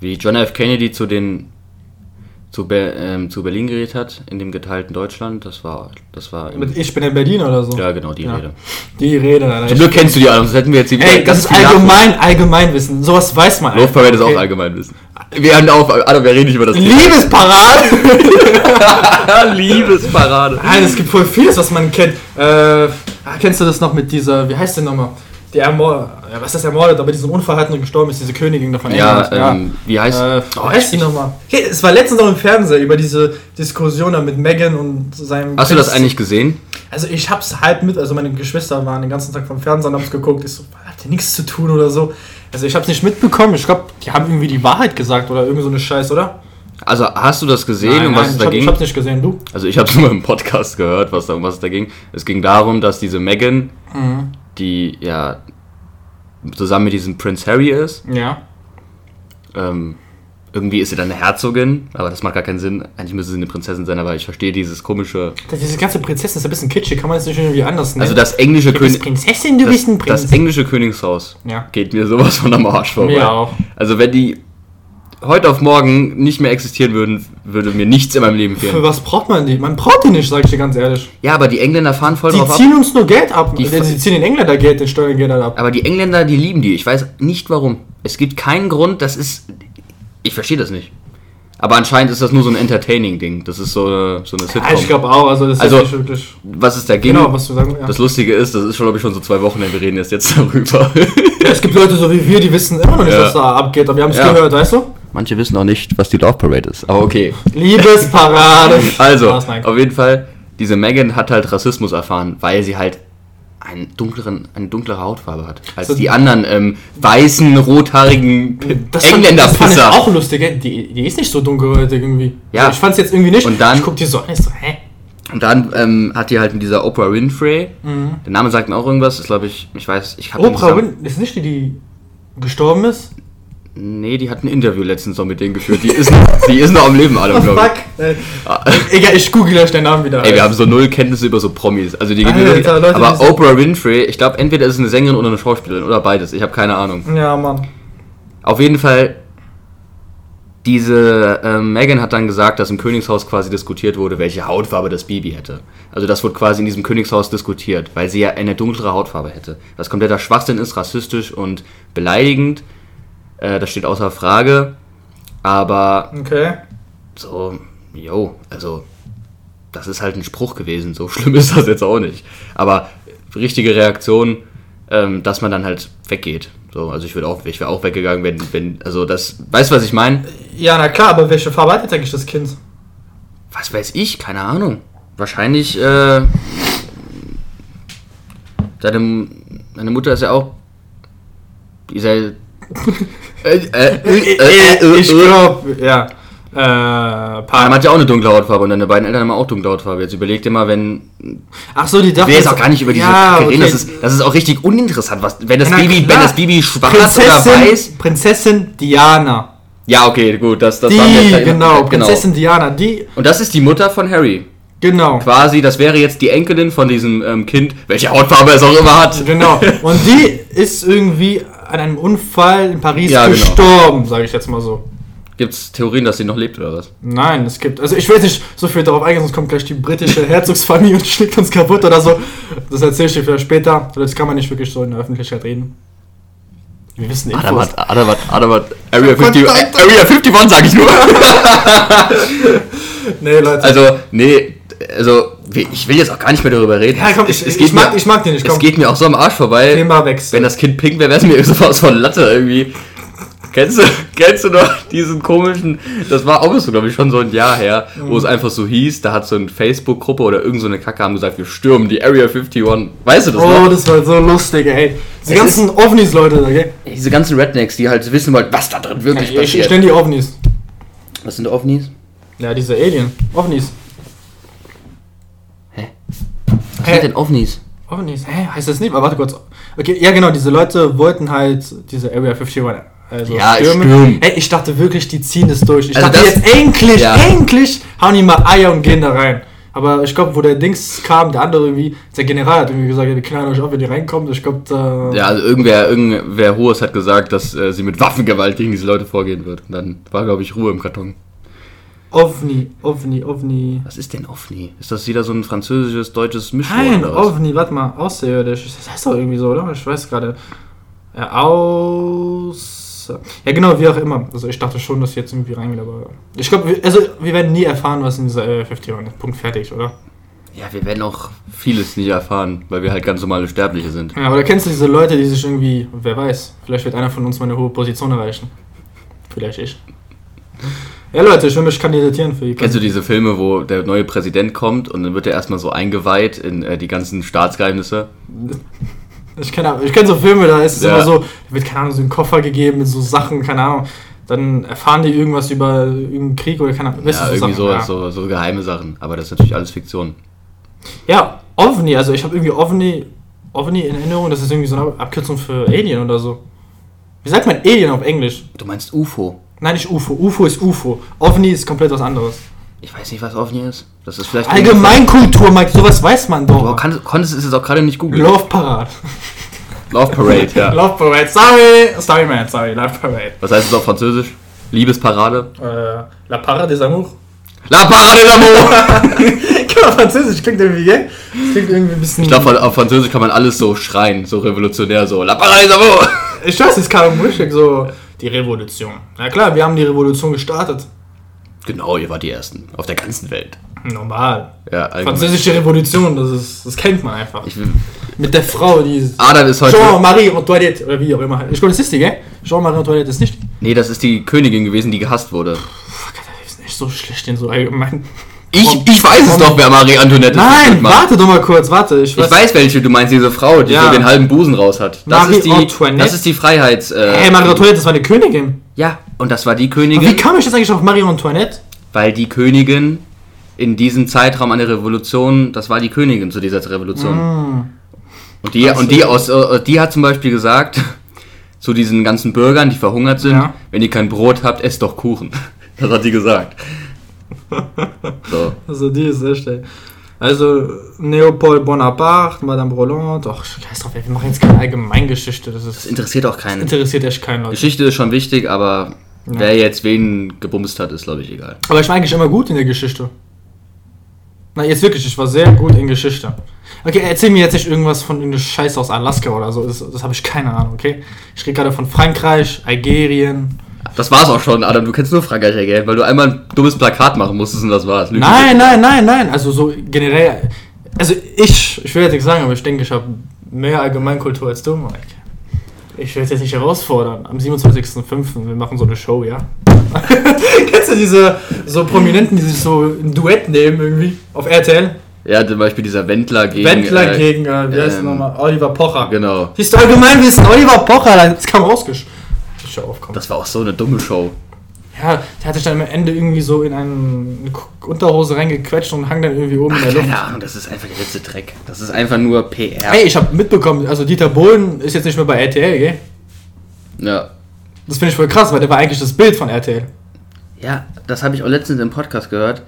Wie John F. Kennedy zu den zu, Ber ähm, zu Berlin geredet hat, in dem geteilten Deutschland, das war das war im, mit Ich bin in Berlin oder so. ja genau die Ja. Rede. Die Rede, Alter. Zum Glück kennst du die alle, sonst hätten wir jetzt die Ey, das ist allgemein, Allgemeinwissen. Sowas weiß man. Love einfach. Parade ist auch Ey, Allgemeinwissen. Wir haben auch, Adam, wir reden nicht über das Liebesparade! Thema. Liebesparade. Nein, es gibt voll vieles, was man kennt. Äh, ah, kennst du das noch mit dieser, wie heißt denn nochmal? Die ermordet, ja, was ist ermordet, aber diesen Unfall hatten und gestorben ist, diese Königin davon. Ja, ähm, wie heißt Äh, oh, oh, heißt die nochmal? Hey, es war letztens noch im Fernsehen über diese Diskussion da mit Megan und seinem. Hast du das Prinz. eigentlich gesehen? Also ich hab's halb mit, also meine Geschwister waren den ganzen Tag vom Fernsehen und haben's geguckt. Ich so, hat ihr nichts zu tun oder so. Also ich hab's nicht mitbekommen. Ich glaube, die haben irgendwie die Wahrheit gesagt oder irgend so eine Scheiß, oder? Also hast du das gesehen und was es ich, da hab, ich ging? hab's nicht gesehen. Du? Also ich habe es nur im Podcast gehört, was da, um was es da ging. Es ging darum, dass diese Megan, Mhm. die ja zusammen mit diesem Prince Harry ist, Ja. ähm, irgendwie ist sie dann eine Herzogin, aber das macht gar keinen Sinn. Eigentlich müsste sie eine Prinzessin sein, aber ich verstehe dieses komische, Das, diese ganze Prinzessin ist ein bisschen kitschig. Kann man das nicht irgendwie anders nennen? also das englische Du bist König, Prinzessin, du das, bist ein Prinz. das englische Königshaus Ja. geht mir sowas von am Arsch vorbei. Mir auch. Also wenn die heute auf morgen nicht mehr existieren würden, würde mir nichts in meinem Leben Für fehlen. was braucht man die? Man braucht die nicht, sag ich dir ganz ehrlich. Ja, aber die Engländer fahren voll Die drauf ab. ziehen uns nur Geld ab. Also Die- Die, die ziehen den Engländer Geld, den Steuergeldern ab. Aber die Engländer, die lieben die. Ich weiß nicht warum. Es gibt keinen Grund, das ist. Ich verstehe das nicht. Aber anscheinend ist das nur so ein Entertaining-Ding. Das ist so eine, so eine Sitcom. Ja, ich glaube auch, also das Also- ist nicht wirklich. was ist dagegen? Genau, was du sagen ja. Das Lustige ist, das ist schon, glaube ich, schon so zwei Wochen her. Wir reden erst jetzt darüber. Es gibt Leute so wie wir, die wissen immer noch nicht, Ja. was da abgeht, aber wir haben es Ja. gehört, weißt du? Manche wissen auch nicht, was die Love Parade ist. Aber okay. Liebesparade. Also, Spaß, nein. auf jeden Fall, diese Megan hat halt Rassismus erfahren, weil sie halt einen dunkleren, eine dunklere Hautfarbe hat. Als So- die anderen ähm, weißen, rothaarigen P- Das fand- Das fand ich Engländer-Pisser. auch lustig, ey. die, die ist nicht so dunkelhäutig irgendwie. Ja. Ich fand's jetzt irgendwie nicht. Und dann- ich guck die so an, ich so, hä? Und dann ähm, hat die halt mit dieser Oprah Winfrey, der Name sagt mir auch irgendwas, ist glaube ich, ich weiß, ich habe Mhm. Oprah Win ist nicht die, die gestorben ist? Nee, die hat ein Interview letztens noch mit denen geführt. Die ist, die ist noch am Leben, Adam, glaube Äh, ich. Egal, ich google gleich den Namen wieder. Ey, wir haben so null Kenntnisse über so Promis. Also die Alter, wirklich, Leute, die Aber sind- Oprah Winfrey, ich glaube, entweder ist es eine Sängerin oder eine Schauspielerin oder beides. Ich habe keine Ahnung. ja, Mann. Auf jeden Fall, diese ähm, Megan hat dann gesagt, dass im Königshaus quasi diskutiert wurde, welche Hautfarbe das Baby hätte. Also das wurde quasi in diesem Königshaus diskutiert, weil sie ja eine dunklere Hautfarbe hätte. Was kompletter Schwachsinn ist, rassistisch und beleidigend. Äh, das steht außer Frage. Aber Okay. so, jo, also das ist halt ein Spruch gewesen, so schlimm ist das jetzt auch nicht. Aber richtige Reaktion, ähm, dass man dann halt weggeht. So, also ich würde auch, ich wäre auch weggegangen, wenn, wenn, also das, weißt du, was ich meine? Ja, na klar, aber welche Farbe hat jetzt eigentlich das Kind? Was weiß ich, keine Ahnung. Wahrscheinlich, äh, deine, deine Mutter ist ja auch, die ist ja, äh, äh, äh, äh, äh, Ich äh. glaube, ja. Äh, Man Paar. hat ja auch eine dunkle Hautfarbe und deine beiden Eltern haben auch dunkle Hautfarbe. Jetzt überleg dir mal, wenn Ach so, die Ich dachte. will jetzt auch gar nicht über diese Ja, Kacke reden. Das okay. ist, das ist auch richtig uninteressant. Was, wenn, das Na Baby, klar. wenn das Baby schwarz oder Prinzessin, weiß. Prinzessin Diana. Ja, okay, gut. Das, das war Die, mir- genau, Prinzessin Diana, die, Und das ist die Mutter von Harry. genau, Quasi, das wäre jetzt die Enkelin von diesem ähm, Kind, welche Hautfarbe es auch immer hat. genau. Und die ist irgendwie an einem Unfall in Paris Ja, genau. gestorben, sage ich jetzt mal so. Gibt es Theorien, dass sie noch lebt oder was? Nein, es gibt, also ich will jetzt nicht so viel darauf eingehen, sonst kommt gleich die britische Herzogsfamilie und schlägt uns kaputt oder so. Das erzähle ich dir vielleicht später. Das kann man nicht wirklich so in der Öffentlichkeit reden. Wir wissen Adam Infos. hat, Adam hat, Adam hat, Area 50, Verdammt. Area 51 sag ich nur. Nee, Leute. Also, nee, also, ich will jetzt auch gar nicht mehr darüber reden. ja, komm, Es- ich, es ich, geht mag, mir- ich mag den nicht, komm. Es geht mir auch so am Arsch vorbei. Thema wechseln. Wenn das Kind pink wäre, wäre es mir sowas von Latte irgendwie. Kennst du, kennst du noch diesen komischen, das war auch so, glaube ich, schon so ein Jahr her, wo es einfach so hieß, da hat so eine Facebook-Gruppe oder irgend so eine Kacke haben gesagt, wir stürmen die Area 51. Weißt du das Oh, noch? das war so lustig, ey. Die Es ganzen Ovnis, Leute, okay? Oh. Diese ganzen Rednecks, die halt wissen wollten, was da drin wirklich Ich, ich, ich passiert. nenne die Ovnis. was sind Ovnis? Ja, diese Alien. Ovnis. Was Hä? sind denn Ovnis? Ovnis? Hä? Heißt das nicht? Aber warte kurz. Okay, ja genau, diese Leute wollten halt diese Area 51 also Ja, stürmen. stürmen. Ey, ich dachte wirklich, die ziehen es durch. Ich Also dachte das- jetzt endlich, Ja. endlich haben die mal Eier und gehen da rein. Aber ich glaube, wo der Dings kam, der andere irgendwie, der General hat irgendwie gesagt, ja, wir knallen euch auf, wenn ihr reinkommt. Ich glaube, da... Ja, also irgendwer, irgendwer Hohes hat gesagt, dass äh, sie mit Waffengewalt gegen diese Leute vorgehen wird. Und dann war, glaube ich, Ruhe im Karton. Ovni, Ovni, Ovni. Was ist denn Ovni? Ist das wieder so ein französisches, deutsches Mischwort? Nein, oder was? Ovni, warte mal, außerirdisch. Das heißt doch irgendwie so, oder? Ich weiß gerade. Ja, aus. Ja, genau, wie auch immer. Also, ich dachte schon, dass jetzt irgendwie reingehen, aber. Ich glaube, also, wir werden nie erfahren, was in dieser äh, 50 ist. Punkt fertig, oder? Ja, wir werden auch vieles nicht erfahren, weil wir halt ganz normale Sterbliche sind. Ja, aber da kennst du diese Leute, die sich irgendwie. Wer weiß, vielleicht wird einer von uns mal eine hohe Position erreichen. Vielleicht ich. Ja, Leute, ich will mich kandidatieren für die Kennst du diese Filme, wo der neue Präsident kommt und dann wird er erstmal so eingeweiht in äh, die ganzen Staatsgeheimnisse? Ich kenne ich kenn so Filme, da ist es Ja. immer so, da wird, keine Ahnung, so ein Koffer gegeben mit so Sachen, keine Ahnung. Dann erfahren die irgendwas über irgendeinen Krieg oder keine Ahnung. weißt Ja, du, irgendwie so, Sachen, ja. so, so geheime Sachen. Aber das ist natürlich alles Fiktion. Ja, OVNI, also ich habe irgendwie OVNI, OVNI in Erinnerung, das ist irgendwie so eine Abkürzung für Alien oder so. Wie sagt man Alien auf Englisch? Du meinst UFO? Nein, nicht UFO. UFO ist UFO. OVNI ist komplett was anderes. Ich weiß nicht, was OVNI ist. Das ist vielleicht... Allgemeinkultur, Mike, sowas weiß man Du doch. kannst, konntest es jetzt auch gerade nicht googeln. Love Parade. Love Parade, ja. Love Parade, sorry. Sorry, man, sorry, Love Parade. Was heißt es auf Französisch? Liebesparade? Äh, La Parade des Amours. La Parade d'Amour! Genau, Französisch klingt irgendwie, gell? Das klingt irgendwie ein bisschen. Ich glaube, auf Französisch kann man alles so schreien, so revolutionär, so La Parade d'Amour! ich weiß, es kam richtig so. Die Revolution. Na klar, wir haben die Revolution gestartet. Genau, ihr wart die Ersten. Auf der ganzen Welt. Normal. Ja, allgemein. Französische Revolution, das ist, das kennt man einfach. Ich will- Mit der Frau, die ist. Adam ist heute. Jean-Marie Antoinette, oder wie auch immer. Ich glaube, das ist die, gell? Jean-Marie Antoinette ist nicht. Nee, das ist die Königin gewesen, die gehasst wurde. Fuck, Alter, das ist nicht so schlecht, den so allgemein. Ich, ich weiß es doch, wer Marie Antoinette Nein, ist. Mann. warte doch mal kurz, warte. Ich weiß. Ich weiß, welche du meinst, diese Frau, die Ja. so den halben Busen raus hat. Das Marie ist die, Antoinette? Das ist die Freiheits. Äh, Hey, Marie Antoinette, das war eine Königin. Ja, und das war die Wie Königin, kam ich jetzt eigentlich auf Marie Antoinette? weil die Königin in diesem Zeitraum einer Revolution, das war die Königin zu dieser Revolution. Hm. Und die, und die aus, äh, die hat zum Beispiel gesagt zu diesen ganzen Bürgern, die verhungert sind, Ja. wenn ihr kein Brot habt, esst doch Kuchen. Das hat die gesagt. So. Also die ist sehr schnell. Also Neopold Bonaparte, Madame Roland, doch, scheiß drauf, ey, wir machen jetzt keine Allgemeingeschichte, das Das ist interessiert auch keinen. interessiert echt keinen Leute. Geschichte ist schon wichtig, aber Wer jetzt wen gebumst hat, ist, glaube ich, egal. Aber ich war eigentlich immer gut in der Geschichte. Na, jetzt wirklich, ich war sehr gut in Geschichte. Okay, erzähl mir jetzt nicht irgendwas von irgendeiner Scheiße aus Alaska oder so. Das, das habe ich keine Ahnung, okay? Ich rede gerade von Frankreich, Algerien. Das war's auch schon, Adam. Du kennst nur Frankreich, gell? Weil du einmal ein dummes Plakat machen musstest und das war's. Lüge. Nein, nein, nein, nein. Also so generell. Also ich, ich will jetzt nichts sagen, aber ich denke, ich habe mehr Allgemeinkultur als du, Mike. Ich will es jetzt nicht herausfordern. Am 27.05. wir machen so eine Show, ja? Kennst du diese so Prominenten, die sich so ein Duett nehmen irgendwie auf RTL? Ja, zum Beispiel dieser Wendler gegen. Wendler äh, gegen, äh, wie heißt ähm, ähm, nochmal? Oliver Pocher. Genau. Siehst du Allgemeinwissen, Oliver Pocher, das kam rausgesch... Ich schau auf, komm. Das war auch so eine dumme Show. Ja, der hat sich dann am Ende irgendwie so in eine K- Unterhose reingequetscht und hang dann irgendwie oben Ach, in der Luft. keine Ahnung, das ist einfach der letzte Dreck. Das ist einfach nur PR. Ey, ich habe mitbekommen, also Dieter Bohlen ist jetzt nicht mehr bei RTL, gell? Ja. Das finde ich voll krass, weil der war eigentlich das Bild von RTL. Ja, das habe ich auch letztens im Podcast gehört.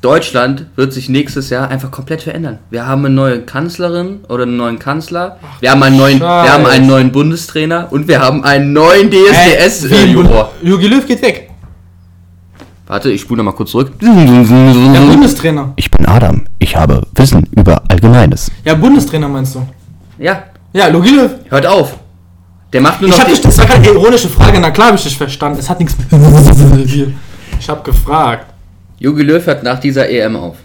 Deutschland wird sich nächstes Jahr einfach komplett verändern. Wir haben eine neue Kanzlerin oder einen neuen Kanzler. wir, haben einen neuen, wir haben einen neuen Bundestrainer und wir haben einen neuen DSDS. Wie Äh, im Bund- Juror. Jogi Löw geht weg. Warte, ich spule nochmal kurz zurück. Ja, Mhm. Bundestrainer. Ich bin Adam. Ich habe Wissen über Allgemeines. Ja, Bundestrainer meinst du? Ja, Ja, Jogi Löw. hört auf. Der macht nur Ich noch. hab dich, das war keine ironische Frage, na klar hab ich dich verstanden. Es hat nichts mit dir. Ich hab gefragt. Jogi Löw hört nach dieser EM auf.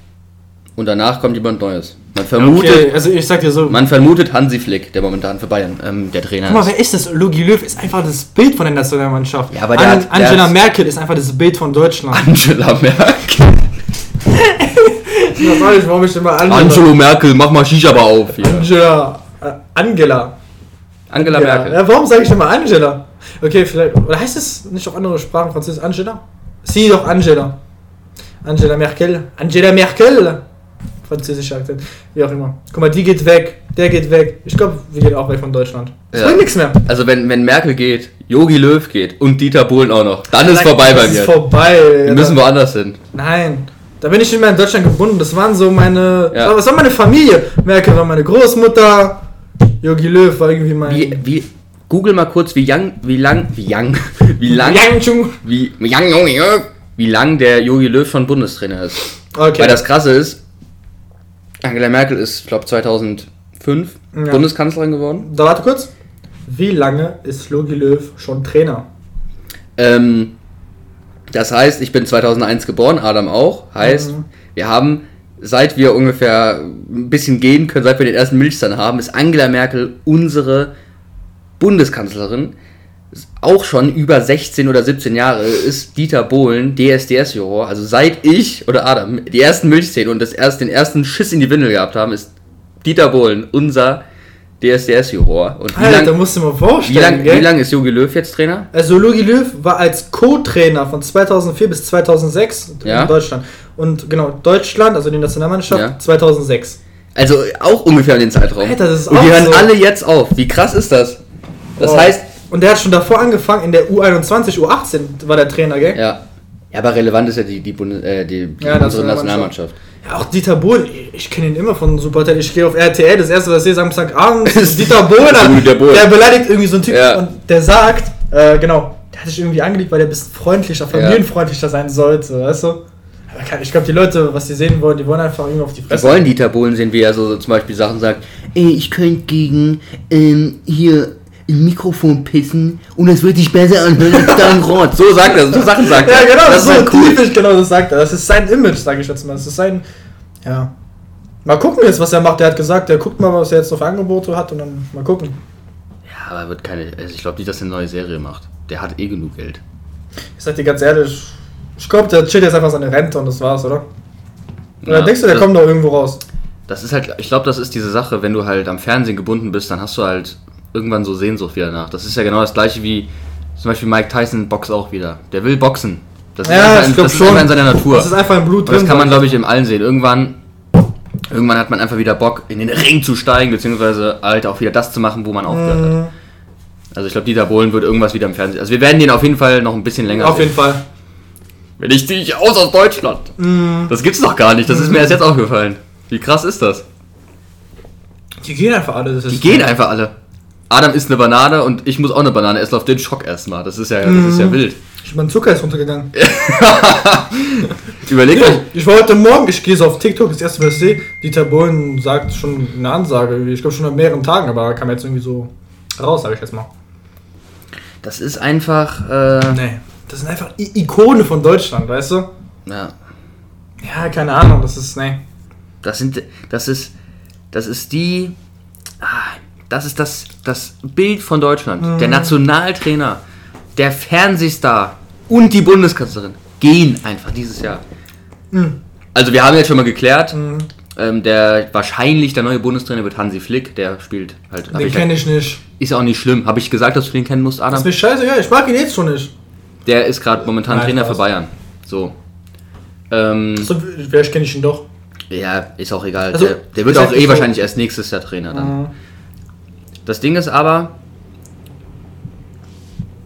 Und danach kommt jemand Neues. Man vermutet, Okay, also ich sag dir so, man vermutet Hansi Flick, der momentan für Bayern ähm, der Trainer guck mal, ist. wer ist das? Jogi Löw ist einfach das Bild von der Nationalmannschaft. Ja, aber der hat- der Angela hat- Merkel ist einfach das Bild von Deutschland. Angela Merkel. Das weiß ich, warum ich immer Angela... Angelo Merkel, mach mal Shisha aber auf hier. Angela... äh, Angela. Angela Ja, Ah, Merkel. Ja, warum sage ich immer Angela? Okay, vielleicht. Oder heißt es nicht auf andere Sprachen Französisch Angela? Sie doch Angela. Angela Merkel. Angela Merkel. Französischer Akzent. Wie auch immer. Guck mal, die geht weg. Der geht weg. Ich glaube, wir gehen auch weg von Deutschland. Es Ja. bringt nichts mehr. Also wenn, wenn Merkel geht, Jogi Löw geht und Dieter Bohlen auch noch, dann ist vorbei bei Das mir. Ist vorbei. Wir müssen woanders hin. Nein. Da bin ich nicht mehr in Deutschland gebunden. Das waren so meine. Ja. Das war meine Familie. Merkel war meine Großmutter. Jogi Löw war irgendwie mein. Wie, wie, google mal kurz, wie young, wie lang, wie young, wie lang, Yang Chung. wie, wie young, young, young, wie lang der Jogi Löw schon Bundestrainer ist. Okay. Weil das Krasse ist, Angela Merkel ist, glaube 2005 Ja. Bundeskanzlerin geworden. Da warte kurz. Wie lange ist Logi Löw schon Trainer? Ähm, das heißt, ich bin 2001 geboren, Adam auch. Heißt, Mhm. wir haben, seit wir ungefähr ein bisschen gehen können, seit wir den ersten Milchstand haben, ist Angela Merkel unsere Bundeskanzlerin. Ist Auch schon über 16 oder 17 Jahre ist Dieter Bohlen DSDS-Juror. Also seit ich oder Adam die ersten Milchszenen und das erst, den ersten Schiss in die Windel gehabt haben, ist Dieter Bohlen unser DSDS-Juror. Und wie Alter, lange musst du mal wie vorstellen, lang, gell? wie lang ist Jogi Löw jetzt Trainer? Also Logi Löw war als Co-Trainer von 2004 bis 2006 Ja. in Deutschland. Und genau, Deutschland, also die Nationalmannschaft, Ja. 2006. Also auch ungefähr in den Zeitraum. Alter, das ist Und auch die hören so. alle jetzt auf. Wie krass ist das? Das Oh. heißt, Und der hat schon davor angefangen, in der U21, U18 war der Trainer, gell? ja. Ja, aber relevant ist ja die, die, Bundes äh, die, die Ja, unsere Nationalmannschaft. Nationalmannschaft. Ja, auch Dieter Bohlen, ich kenne ihn immer von Superhotel. Ich gehe auf RTL, das erste, was ich sehe, Samstagabend, ist Dieter Bohlen. Ist an. Dieter Bohlen. Der beleidigt irgendwie so einen Typ Ja. und der sagt, äh, genau, der hat sich irgendwie angelegt, weil der ein bisschen freundlicher, familienfreundlicher sein sollte, weißt du? Aber keine- ich glaube, die Leute, was die sehen wollen, die wollen einfach irgendwie auf die Wir Fresse. wollen Dieter Bohlen sehen, wie er so, so zum Beispiel Sachen sagt. Ey, ich könnte gegen ähm, hier ein Mikrofon pissen und es wird sich besser anhören als dein Rot. Oh, So sagt er, so Sachen sagt ja, er. genau, das so ist halt cool. typisch, genau, das sagt er. Das ist sein Image, sage ich jetzt mal. Das ist sein, ja. Mal gucken jetzt, was er macht. Der hat gesagt, der guckt mal, was er jetzt noch für Angebote hat und dann mal gucken. Ja, aber wird keine, also ich glaube nicht, dass er eine neue Serie macht. Der hat eh genug Geld. Ich sag dir ganz ehrlich, ich glaube, der chillt jetzt einfach seine Rente und das war's, oder? Oder Ja, denkst du, der das- kommt noch irgendwo raus? Das ist halt, ich glaube, das ist diese Sache, wenn du halt am Fernsehen gebunden bist, dann hast du halt irgendwann so Sehnsucht wieder nach. Das ist ja genau das gleiche wie zum Beispiel Mike Tyson boxt auch wieder. Der will boxen. Das ist, Ja, einfach, ich in, glaub das ist schon. einfach in seiner Natur. Das ist einfach im Blut Und das drin. kann man, glaube ich, im Allen sehen. Irgendwann, irgendwann hat man einfach wieder Bock, in den Ring zu steigen, beziehungsweise halt auch wieder das zu machen, wo man aufgehört Mhm. hat. Also ich glaube, Dieter Bohlen wird irgendwas wieder im Fernsehen. Also wir werden den auf jeden Fall noch ein bisschen länger Auf jeden Fall. Mhm. Wenn ich dich aus aus Deutschland. Das gibt's doch gar nicht. Das ist mir erst jetzt aufgefallen. Wie krass ist das? Die gehen einfach alle. Das ist Die gehen Mhm. einfach alle. Adam isst eine Banane und ich muss auch eine Banane essen auf den Schock erstmal. Das ist ja, das ist ja wild. Ich, mein Zucker ist runtergegangen. Überlegt euch, Ich war heute Morgen, ich gehe so auf TikTok, das erste, was ich sehe, Dieter Bohlen sagt schon eine Ansage, ich glaube schon an mehreren Tagen, aber kam jetzt irgendwie so raus, sage ich jetzt mal. das ist einfach, äh, Nee, das sind einfach I Ikone von Deutschland, weißt du? ja, Ja, keine Ahnung, das ist, nee. das sind, das ist, das ist die, ah, das ist das, das Bild von Deutschland. Der Mhm. Nationaltrainer, der Fernsehstar und die Bundeskanzlerin gehen einfach dieses Jahr. Mhm. Also wir haben jetzt schon mal geklärt, ähm, der wahrscheinlich der neue Bundestrainer wird Hansi Flick, der spielt halt. hab Den ich kenne ich nicht. Ist ja auch nicht schlimm. Habe ich gesagt, dass du den kennen musst, Das Adam? ist mir scheiße, ja, ich mag ihn jetzt schon nicht. Der ist gerade momentan Nein, Trainer Spaß. für Bayern. So. Ähm, So, vielleicht kenne ich ihn doch. ja, ist auch egal. Also, der, der wird ist auch halt eh so- wahrscheinlich erst nächstes Jahr Trainer dann. Ah. Das Ding ist aber.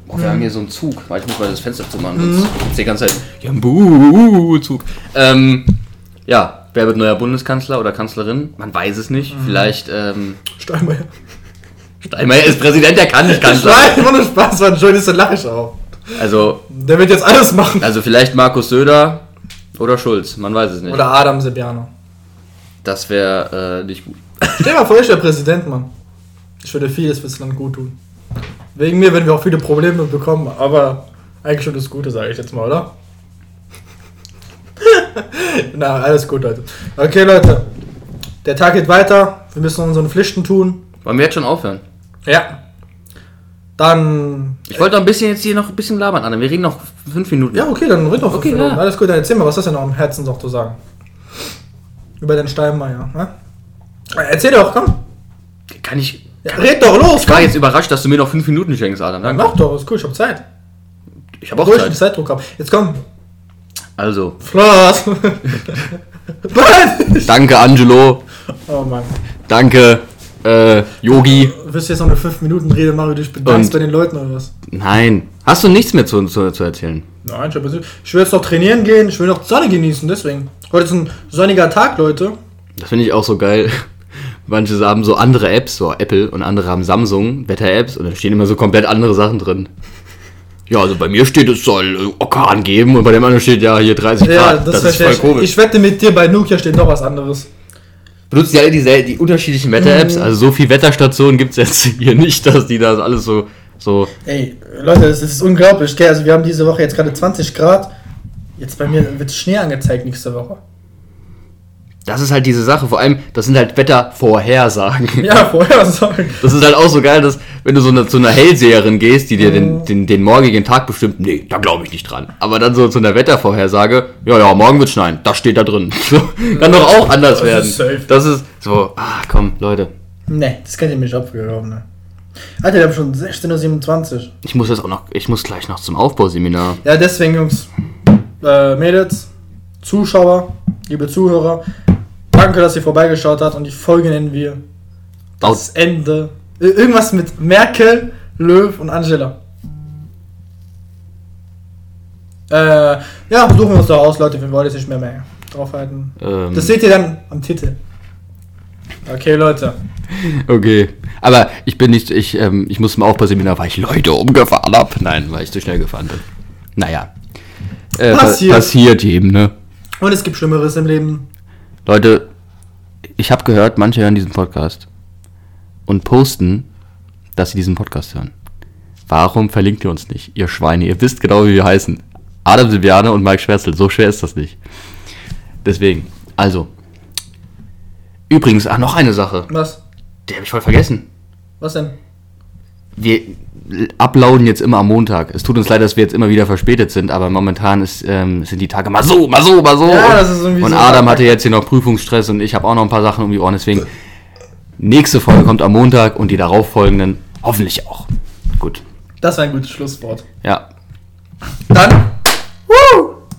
Boah, Mhm. wir haben hier so einen Zug. Warte, Ich muss mal das Fenster zumachen, sonst ist die ganze Zeit. Ja, ein Buh-Zug. Ähm, ja, wer wird neuer Bundeskanzler oder Kanzlerin? Man weiß es nicht. Mhm. Vielleicht, ähm, Steinmeier. Steinmeier ist Präsident, der kann nicht Kanzler. Nein, immer nur Spaß, war ein schönes, dann lache ich auch. Also, Der wird jetzt alles machen. Also vielleicht Markus Söder oder Schulz, man weiß es nicht. Oder Adam Sebiano. Das wäre äh, nicht gut. Stell dir mal vor, ich wäre Präsident, Mann. Ich würde vieles fürs Land gut tun. Wegen mir werden wir auch viele Probleme bekommen, aber eigentlich schon das Gute, sage ich jetzt mal, oder? Na, alles gut, Leute. Okay, Leute. Der Tag geht weiter. Wir müssen unsere Pflichten tun. Wollen wir jetzt schon aufhören? Ja. Dann. Ich wollte noch ein bisschen jetzt hier noch ein bisschen labern, Anna. Wir reden noch fünf Minuten. Ja, okay, dann red doch. Okay, Minuten. ja. Alles gut, dann erzähl mal, was hast du denn noch im Herzen noch zu sagen? Über den Steinmeier, ne? Erzähl doch, komm. Kann ich. Ja, red doch los, Ich war jetzt überrascht, dass du mir noch fünf Minuten schenkst, Adam. Danke. Mach doch, ist cool, ich hab Zeit. Ich habe auch Ruhig einen Zeit. Zeitdruck ab. Jetzt komm, Also, Floss! Nein! danke Angelo, Oh Mann. danke äh, Yogi. Wirst du jetzt noch eine 5-Minuten-Rede machen, wie du dich bedankst Und- bei den Leuten oder was? Nein, hast du nichts mehr zu, zu, zu erzählen? Nein, ich, hab jetzt- ich will jetzt noch trainieren gehen, ich will noch die Sonne genießen, deswegen. Heute ist ein sonniger Tag, Leute. Das finde ich auch so geil. Manche haben so andere Apps, so Apple und andere haben Samsung, Wetter-Apps und da stehen immer so komplett andere Sachen drin. Ja, also bei mir steht, es soll äh, Orkan geben und bei dem anderen steht ja hier 30 Ja, Grad. das, verstehe ich. Ich wette mit dir, bei Nokia steht noch was anderes. Benutzen die alle diesel- die unterschiedlichen Mhm. Wetter-Apps, also so viel Wetterstationen gibt es jetzt hier nicht, dass die das alles so. so Ey, Leute, das ist unglaublich, gell? Also wir haben diese Woche jetzt gerade 20 Grad. Jetzt bei mir wird Schnee angezeigt nächste Woche. das ist halt diese Sache, vor allem, das sind halt Wettervorhersagen. Ja, vorher sagen. Das ist halt auch so geil, dass wenn du so eine, zu einer Hellseherin gehst, die dir Mhm. den, den, den morgigen Tag bestimmt, nee, da glaube ich nicht dran. Aber dann so zu einer Wettervorhersage, ja, ja, morgen wird schneien, das steht da drin. So, kann doch auch anders Das werden. ist safe. Das ist so, ah, komm, Leute, Nee, das kann ich mir nicht abgehoben, ne? Alter, wir haben schon 16.27 Uhr. ich muss jetzt auch noch, ich muss gleich noch zum Aufbauseminar. Ja, deswegen, Jungs, äh, Mädels, Zuschauer, liebe Zuhörer, danke, dass ihr vorbeigeschaut habt und die Folge nennen wir Das Ende. Äh, Irgendwas mit Merkel, Löw und Angela. Äh, ja, suchen wir uns doch aus, Leute, wir wollen jetzt nicht mehr, mehr draufhalten. Ähm, Das seht ihr dann am Titel. Okay, Leute. okay. Aber ich bin nicht, ich, ähm, ich muss zum Aufbauseminar, weil ich Leute umgefahren hab. Nein, weil ich zu schnell gefahren bin. Naja. Äh, Passiert. passiert. Passiert eben, ne? Und es gibt Schlimmeres im Leben. Leute, ich habe gehört, manche hören diesen Podcast und posten, dass sie diesen Podcast hören. Warum verlinkt ihr uns nicht, ihr Schweine? Ihr wisst genau, wie wir heißen. Adam Silviane und Mike Schwärzel. So schwer ist das nicht. Deswegen, also. Übrigens, ach, noch eine Sache. Was? Die habe ich voll vergessen. Was denn? Wir uploaden jetzt immer am Montag. Es tut uns leid, dass wir jetzt immer wieder verspätet sind, aber momentan ist, ähm, sind die Tage mal so, mal so, mal so. Ja, und das ist irgendwie und so. Adam hatte jetzt hier noch Prüfungsstress und ich habe auch noch ein paar Sachen um die Ohren. Deswegen, nächste Folge kommt am Montag und die darauffolgenden hoffentlich auch. Gut. Das war ein gutes Schlusswort. Ja. Dann